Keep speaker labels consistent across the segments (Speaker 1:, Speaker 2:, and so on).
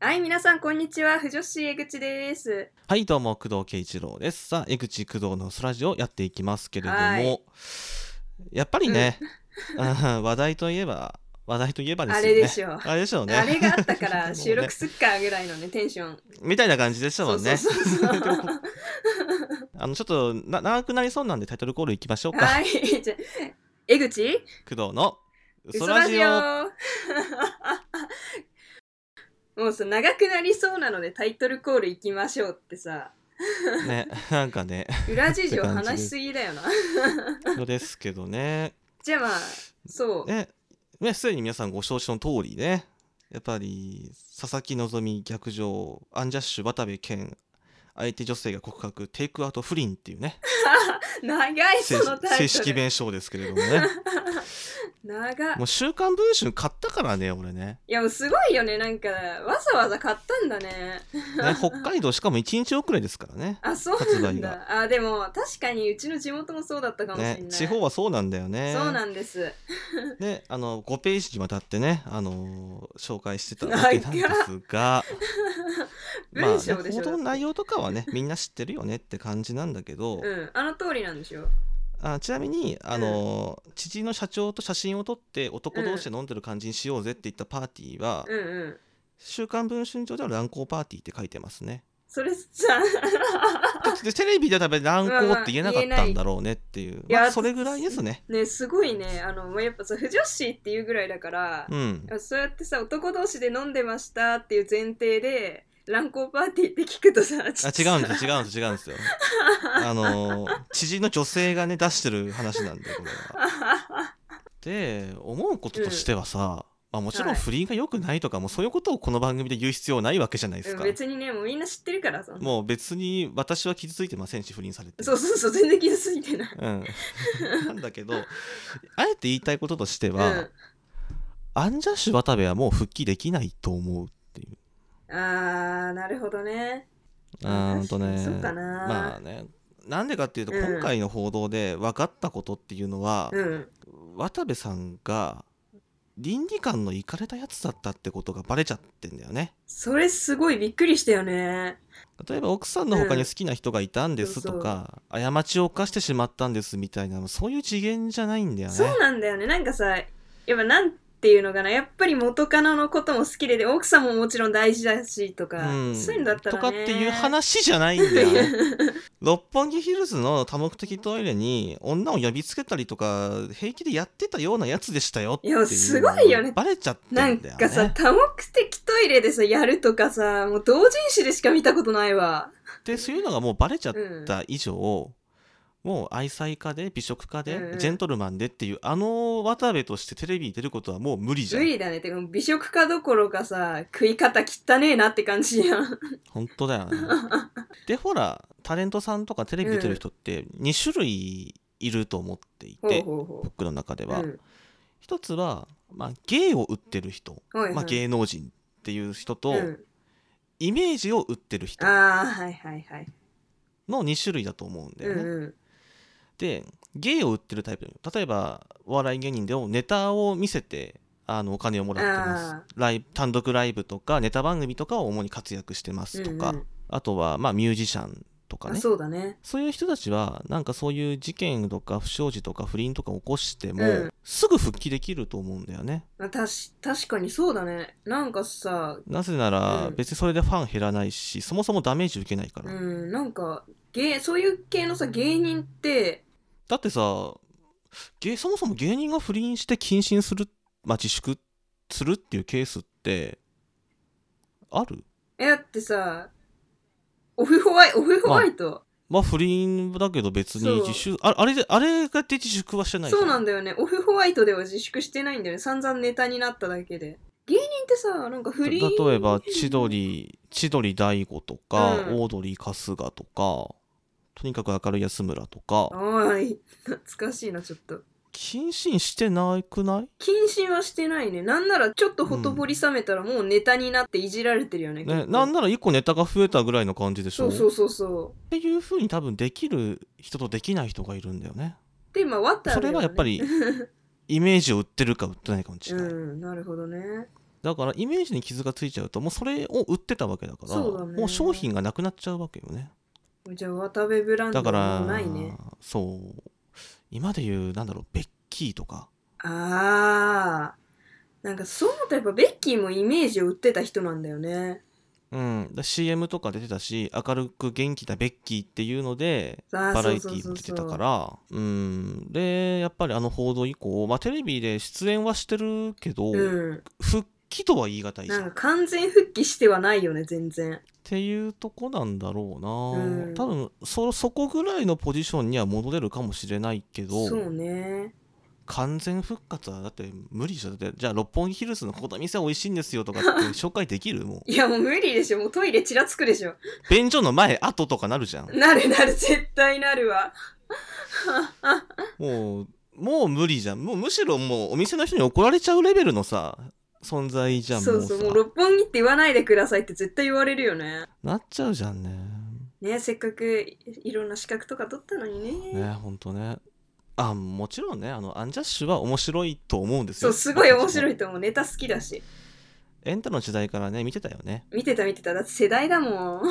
Speaker 1: はい、皆さん、こんにちは。不女子江口です。
Speaker 2: はい、どうも、工藤圭一郎です。さあ、江口工藤のスラジオやっていきますけれど
Speaker 1: は
Speaker 2: も
Speaker 1: い、
Speaker 2: やっぱりね、うん話題といえば、話題といえばです
Speaker 1: あ
Speaker 2: よね。
Speaker 1: れでしょう。
Speaker 2: あれでしょうね。
Speaker 1: あれがあったか
Speaker 2: もうね
Speaker 1: ら収録すっかぐらいのね、テンション。
Speaker 2: みたいな感じでしたもんね。
Speaker 1: そうそうそう そう
Speaker 2: あの、ちょっとな、長くなりそうなんでタイトルコールいきましょうか。
Speaker 1: はい、じゃあ江口
Speaker 2: 工藤の
Speaker 1: 嘘
Speaker 2: ス
Speaker 1: ラ
Speaker 2: ラ
Speaker 1: ジ
Speaker 2: ジ
Speaker 1: オ
Speaker 2: オ。
Speaker 1: もうさ長くなりそうなのでタイトルコール行きましょうってさ
Speaker 2: ね、なんかね、
Speaker 1: 裏事情
Speaker 2: って感じで
Speaker 1: 話しすぎだよな
Speaker 2: のですけどね。
Speaker 1: じゃあまあそう、
Speaker 2: ね、ね、すでに皆さんご承知の通りね、やっぱり佐々木希逆上、アンジャッシュ渡部健、相手女性が告白、テイクアウト不倫っていうね、
Speaker 1: 長いそ
Speaker 2: 正
Speaker 1: のタイトル
Speaker 2: 正式名称ですけれどもね、
Speaker 1: 長っ
Speaker 2: もう週刊文春買ったからね、俺ね。
Speaker 1: いやもうすごいよねなんかわざわざ買ったんだね
Speaker 2: ね北海道しかも1日遅れですからね。
Speaker 1: あそうなん
Speaker 2: 発売
Speaker 1: だあでも確かにうちの地元もそうだったかもしれない、
Speaker 2: ね、地方はそうなんだよね。
Speaker 1: そうなんです
Speaker 2: ね、あの5ページにわたってね、あのー紹介してたわけなんです
Speaker 1: 長
Speaker 2: が
Speaker 1: っ
Speaker 2: まあ、
Speaker 1: 文章
Speaker 2: ね、
Speaker 1: でしょ
Speaker 2: 報道の内容とかはねみんな知ってるよねって感じなんだけど、
Speaker 1: うんあの通りなんでしょ
Speaker 2: あちなみにあのー、知人の社長と写真を撮って男同士で飲んでる感じにしようぜって言ったパーティーは「
Speaker 1: うんうん
Speaker 2: 週刊文春」上では乱行パーティーって書いてます ね。
Speaker 1: それさ
Speaker 2: でテレビでは多分乱行って言えなかったんだろうねっていう、
Speaker 1: まあまあ言えないい
Speaker 2: ま
Speaker 1: や
Speaker 2: あ、それぐらいですね。
Speaker 1: ねすごいねあのもうやっぱさ不女子っていうぐらいだから
Speaker 2: う、ん、
Speaker 1: そうやってさ男同士で飲んでましたっていう前提で乱行パーティーって聞くとさちょ
Speaker 2: あ
Speaker 1: っと
Speaker 2: 違
Speaker 1: さ
Speaker 2: うんですよ違うんですよ違うんで すよあのー知人の女性がね出してる話なんでこれは。で思うこととしてはさ、まあ、もちろ
Speaker 1: は
Speaker 2: ん
Speaker 1: い
Speaker 2: 不倫が良くないとか、もうそういうことをこの番組で言う必要ないわけじゃないです
Speaker 1: うん
Speaker 2: か。
Speaker 1: 別にねもうみんな知ってるからさ
Speaker 2: もう別に私は傷ついてませんし不倫されて
Speaker 1: そうそうそう全然傷ついてない、
Speaker 2: う んなんだけどあえて言いたいこととして
Speaker 1: う
Speaker 2: は、
Speaker 1: ん、
Speaker 2: アンジャッシュ渡部はもう復帰できないと思うっていう
Speaker 1: あーなるほどね
Speaker 2: うーんとね
Speaker 1: 確かにそうかな
Speaker 2: まあねなんでかっていうと
Speaker 1: うん
Speaker 2: 今回の報道で分かったことっていうのは、
Speaker 1: うん
Speaker 2: 渡部さんが倫理観のいかれたやつだったってことがバレちゃってんだよね
Speaker 1: それすごいびっくりしたよね
Speaker 2: 例えば奥さんの他に好きな人がいたんで
Speaker 1: う
Speaker 2: す
Speaker 1: ん
Speaker 2: とか、過ちを犯してしまったんですみたいなそういう次元じゃないんだよね
Speaker 1: そうなんだよねなんかさやっぱなんていうのかなやっぱり元カノのことも好きでで奥さんももちろん大事だしとか、
Speaker 2: うん
Speaker 1: そういうのだったら、
Speaker 2: と
Speaker 1: ね、
Speaker 2: かっていう話じゃないんだよね 六本木ヒルズの多目的トイレに女を呼びつけたりとか平気でやってたようなやつでしたよっていう
Speaker 1: いやすごいよね
Speaker 2: バレちゃってんだ
Speaker 1: な
Speaker 2: よ
Speaker 1: ん
Speaker 2: ね
Speaker 1: かさ、多目的トイレでさ、やるとかさ、もう同人誌でしか見たことないわ。
Speaker 2: でそういうのがもうバレちゃっ
Speaker 1: うん。
Speaker 2: た以上、もう愛妻家で美食家で、
Speaker 1: うんうん
Speaker 2: ジェントルマンでっていうあの渡部としてテレビに出ることはもう無理じゃ
Speaker 1: 無
Speaker 2: ん
Speaker 1: 理だね。てか、美食家どころかさ、食い方汚ねえなって感じやん。
Speaker 2: 本当だよ ねでほらタレントさんとかテレビ出てる人って2種類いると思ってい
Speaker 1: ほう
Speaker 2: て、
Speaker 1: ほうほ
Speaker 2: 僕の中で
Speaker 1: う。
Speaker 2: は、
Speaker 1: うん
Speaker 2: 一つは、まあ、芸を売ってる人、
Speaker 1: はいはい
Speaker 2: まあ、芸能人っていう人と、
Speaker 1: うん、
Speaker 2: イメージを売ってる人
Speaker 1: ああ、はいはいはい。
Speaker 2: の2種類だと思うんだよ
Speaker 1: う
Speaker 2: ね。
Speaker 1: んうん。
Speaker 2: で芸を売ってるタイプの例えばお笑い芸人でもネタを見せてあのお金をもらってます
Speaker 1: あ
Speaker 2: ライブ単独ライブとかネタ番組とかを主に活躍してますとか、
Speaker 1: うんうん
Speaker 2: あとは、まあ、ミュージシャンとか
Speaker 1: あ
Speaker 2: ね
Speaker 1: そうだね。
Speaker 2: そういう人たちはなんかそういう事件とか不祥事とか不倫とか起こしても、
Speaker 1: うん
Speaker 2: すぐ復帰できると思うんだよね。
Speaker 1: まあ、たし確かにそうだね。なんかさ、
Speaker 2: なぜなら
Speaker 1: うん
Speaker 2: 別にそれでファン減らないし、そもそもダメージ受けないか
Speaker 1: う
Speaker 2: ら、
Speaker 1: ん、なんか、芸、そういう系のさ、芸人って、
Speaker 2: だってさ芸そもそも芸人が不倫して謹慎する、まあ、自粛するっていうケースってある
Speaker 1: え、だってさ、オフホワイト、オフホワイト。
Speaker 2: まあ不倫だけど別
Speaker 1: そう
Speaker 2: に自粛ああれであれがで自粛はしてないじゃ
Speaker 1: そうなんだよね。オフホワイトでは自粛してないんだよね。散々ネタになっただけで。芸人ってさ、なんかフリー。
Speaker 2: 例えば千鳥千鳥大悟とか、
Speaker 1: うん
Speaker 2: オードリー春日とかとにかく明るい安村とか
Speaker 1: おい、懐かしいな、ちょっと。
Speaker 2: 謹慎してなくない
Speaker 1: 謹慎はしてないね。なんならちょっとほとぼり冷めたらもうネタになっていじられてるよね。
Speaker 2: ね、なん
Speaker 1: だ
Speaker 2: なら1個ネタが増えたぐらいの感じでし
Speaker 1: そ
Speaker 2: ょ
Speaker 1: うそうそうそう。
Speaker 2: っていうふうに多分できる人とできない人がいるんだよね
Speaker 1: で、今、ワタ
Speaker 2: そ
Speaker 1: ル
Speaker 2: れはやっぱりイメージを売ってるか売ってないかの違い、
Speaker 1: うん、なるほどね。
Speaker 2: だからイメージに傷がついちゃうともうそれを売ってたわけだから
Speaker 1: そうだね
Speaker 2: もう商品がなくなっちゃうわけよね
Speaker 1: じゃあ渡辺ブランド
Speaker 2: だから
Speaker 1: もうないね
Speaker 2: そう今で言うなんだろうベッキーとか
Speaker 1: ああなんかそう思うとやっぱベッキーもイメージを売ってた人なんだよね
Speaker 2: うん、だ CM とか出てたし明るく元気なベッキーっていうので
Speaker 1: あー
Speaker 2: バラエティーも出てたからうんでやっぱりあの報道以降、まあ、テレビで出演はしてるけど、
Speaker 1: そうそうそううん
Speaker 2: 復帰とは言い難いじゃ
Speaker 1: なんか
Speaker 2: んっ
Speaker 1: 完全復帰してはないよね全然
Speaker 2: ていうとこなんだろうな、
Speaker 1: うん
Speaker 2: 多分そそこぐらいのポジションには戻れるかもしれないけど
Speaker 1: そうね
Speaker 2: 完全復活はだって無理でしょだってじゃあ六本木ヒルズのここの店美味しいんですよとかって 紹介できるもう
Speaker 1: いやもう無理でしょもうトイレちらつくでしょ
Speaker 2: 便所の前後とかなるじゃん
Speaker 1: なるなる絶対なるわ
Speaker 2: もうもう無理じゃんもうむしろもうお店の人に怒られちゃうレベルのさ存在じゃん
Speaker 1: そう
Speaker 2: もう
Speaker 1: そ
Speaker 2: さ
Speaker 1: うもう六本木って言わないでくださいって絶対言われるよね
Speaker 2: なっちゃうじゃんね
Speaker 1: ねせっかくいいろんな資格とか取ったのにね
Speaker 2: ねほんとねあもちろんねあのアンジャッシュは面白いと思うんです
Speaker 1: そ
Speaker 2: よ
Speaker 1: うすごい面白
Speaker 2: い
Speaker 1: いと思うネタ好きだし
Speaker 2: エンタの時代からね見てたよね
Speaker 1: 見てた見てただって世代だもん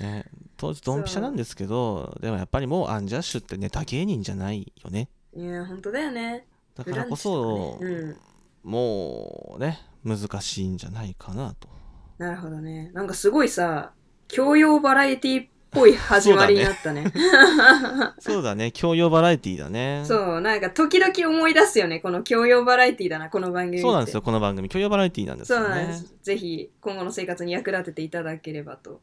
Speaker 2: ね当時ドンピシャなんですけどでもやっぱりもうアンジャッシュってネタ芸人じゃないよね
Speaker 1: いや本当だよね
Speaker 2: だからこそ、
Speaker 1: ブランチとかねうん
Speaker 2: もうね難しいんじゃないかなと
Speaker 1: なるほどね。なんかすごいさ、教養バラエティっぽい始まりになったね。
Speaker 2: そうだね教養バラエティーだね
Speaker 1: そうなんか時々思い出すよね。この教養バラエティだな、この番組って。
Speaker 2: そうなんですよ。この番組教養バラエティーなんです
Speaker 1: そう
Speaker 2: よ
Speaker 1: なんで
Speaker 2: ね
Speaker 1: す。ぜひ、今後の生活に役立てていただければと。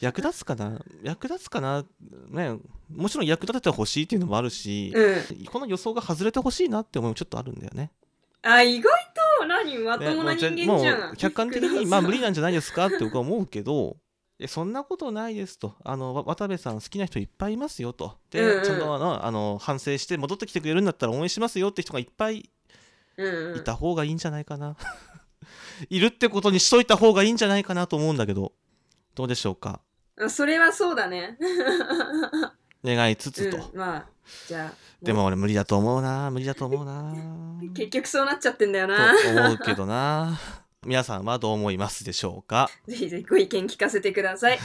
Speaker 2: 役立つかな役立つかなねもちろん役立ててほしいっていうのもあるし、
Speaker 1: うん。
Speaker 2: この予想が外れてほしいなって思いもちょっとあるんだよね。
Speaker 1: あ、意外と、何まともな人
Speaker 2: ね
Speaker 1: 間
Speaker 2: もう
Speaker 1: じ
Speaker 2: ぜ
Speaker 1: ゃん。
Speaker 2: もう客観的に、まあ無理なんじゃないですかって僕は思うけど、えそんなことないですと、あのわ渡部さん、好きな人いっぱいいますよと、で、
Speaker 1: うんうん
Speaker 2: ちゃんとあのあの反省して、戻ってきてくれるんだったら応援しますよって人がいっぱい
Speaker 1: うん、う
Speaker 2: い
Speaker 1: ん。
Speaker 2: た方がいいんじゃないか な。いるってことにしといた方がいいんじゃないかなと思うんだけど、どうでしょうか。
Speaker 1: あそれはそうだね。
Speaker 2: 願いつつと。
Speaker 1: うん、まあ、じゃあ、
Speaker 2: でも俺無理だと思うな無理だと思うな
Speaker 1: 結局そうなっちゃってんだよな。
Speaker 2: と思うけどな皆さん はどう思いますでしょうか
Speaker 1: ぜひぜひご意見聞かせてください。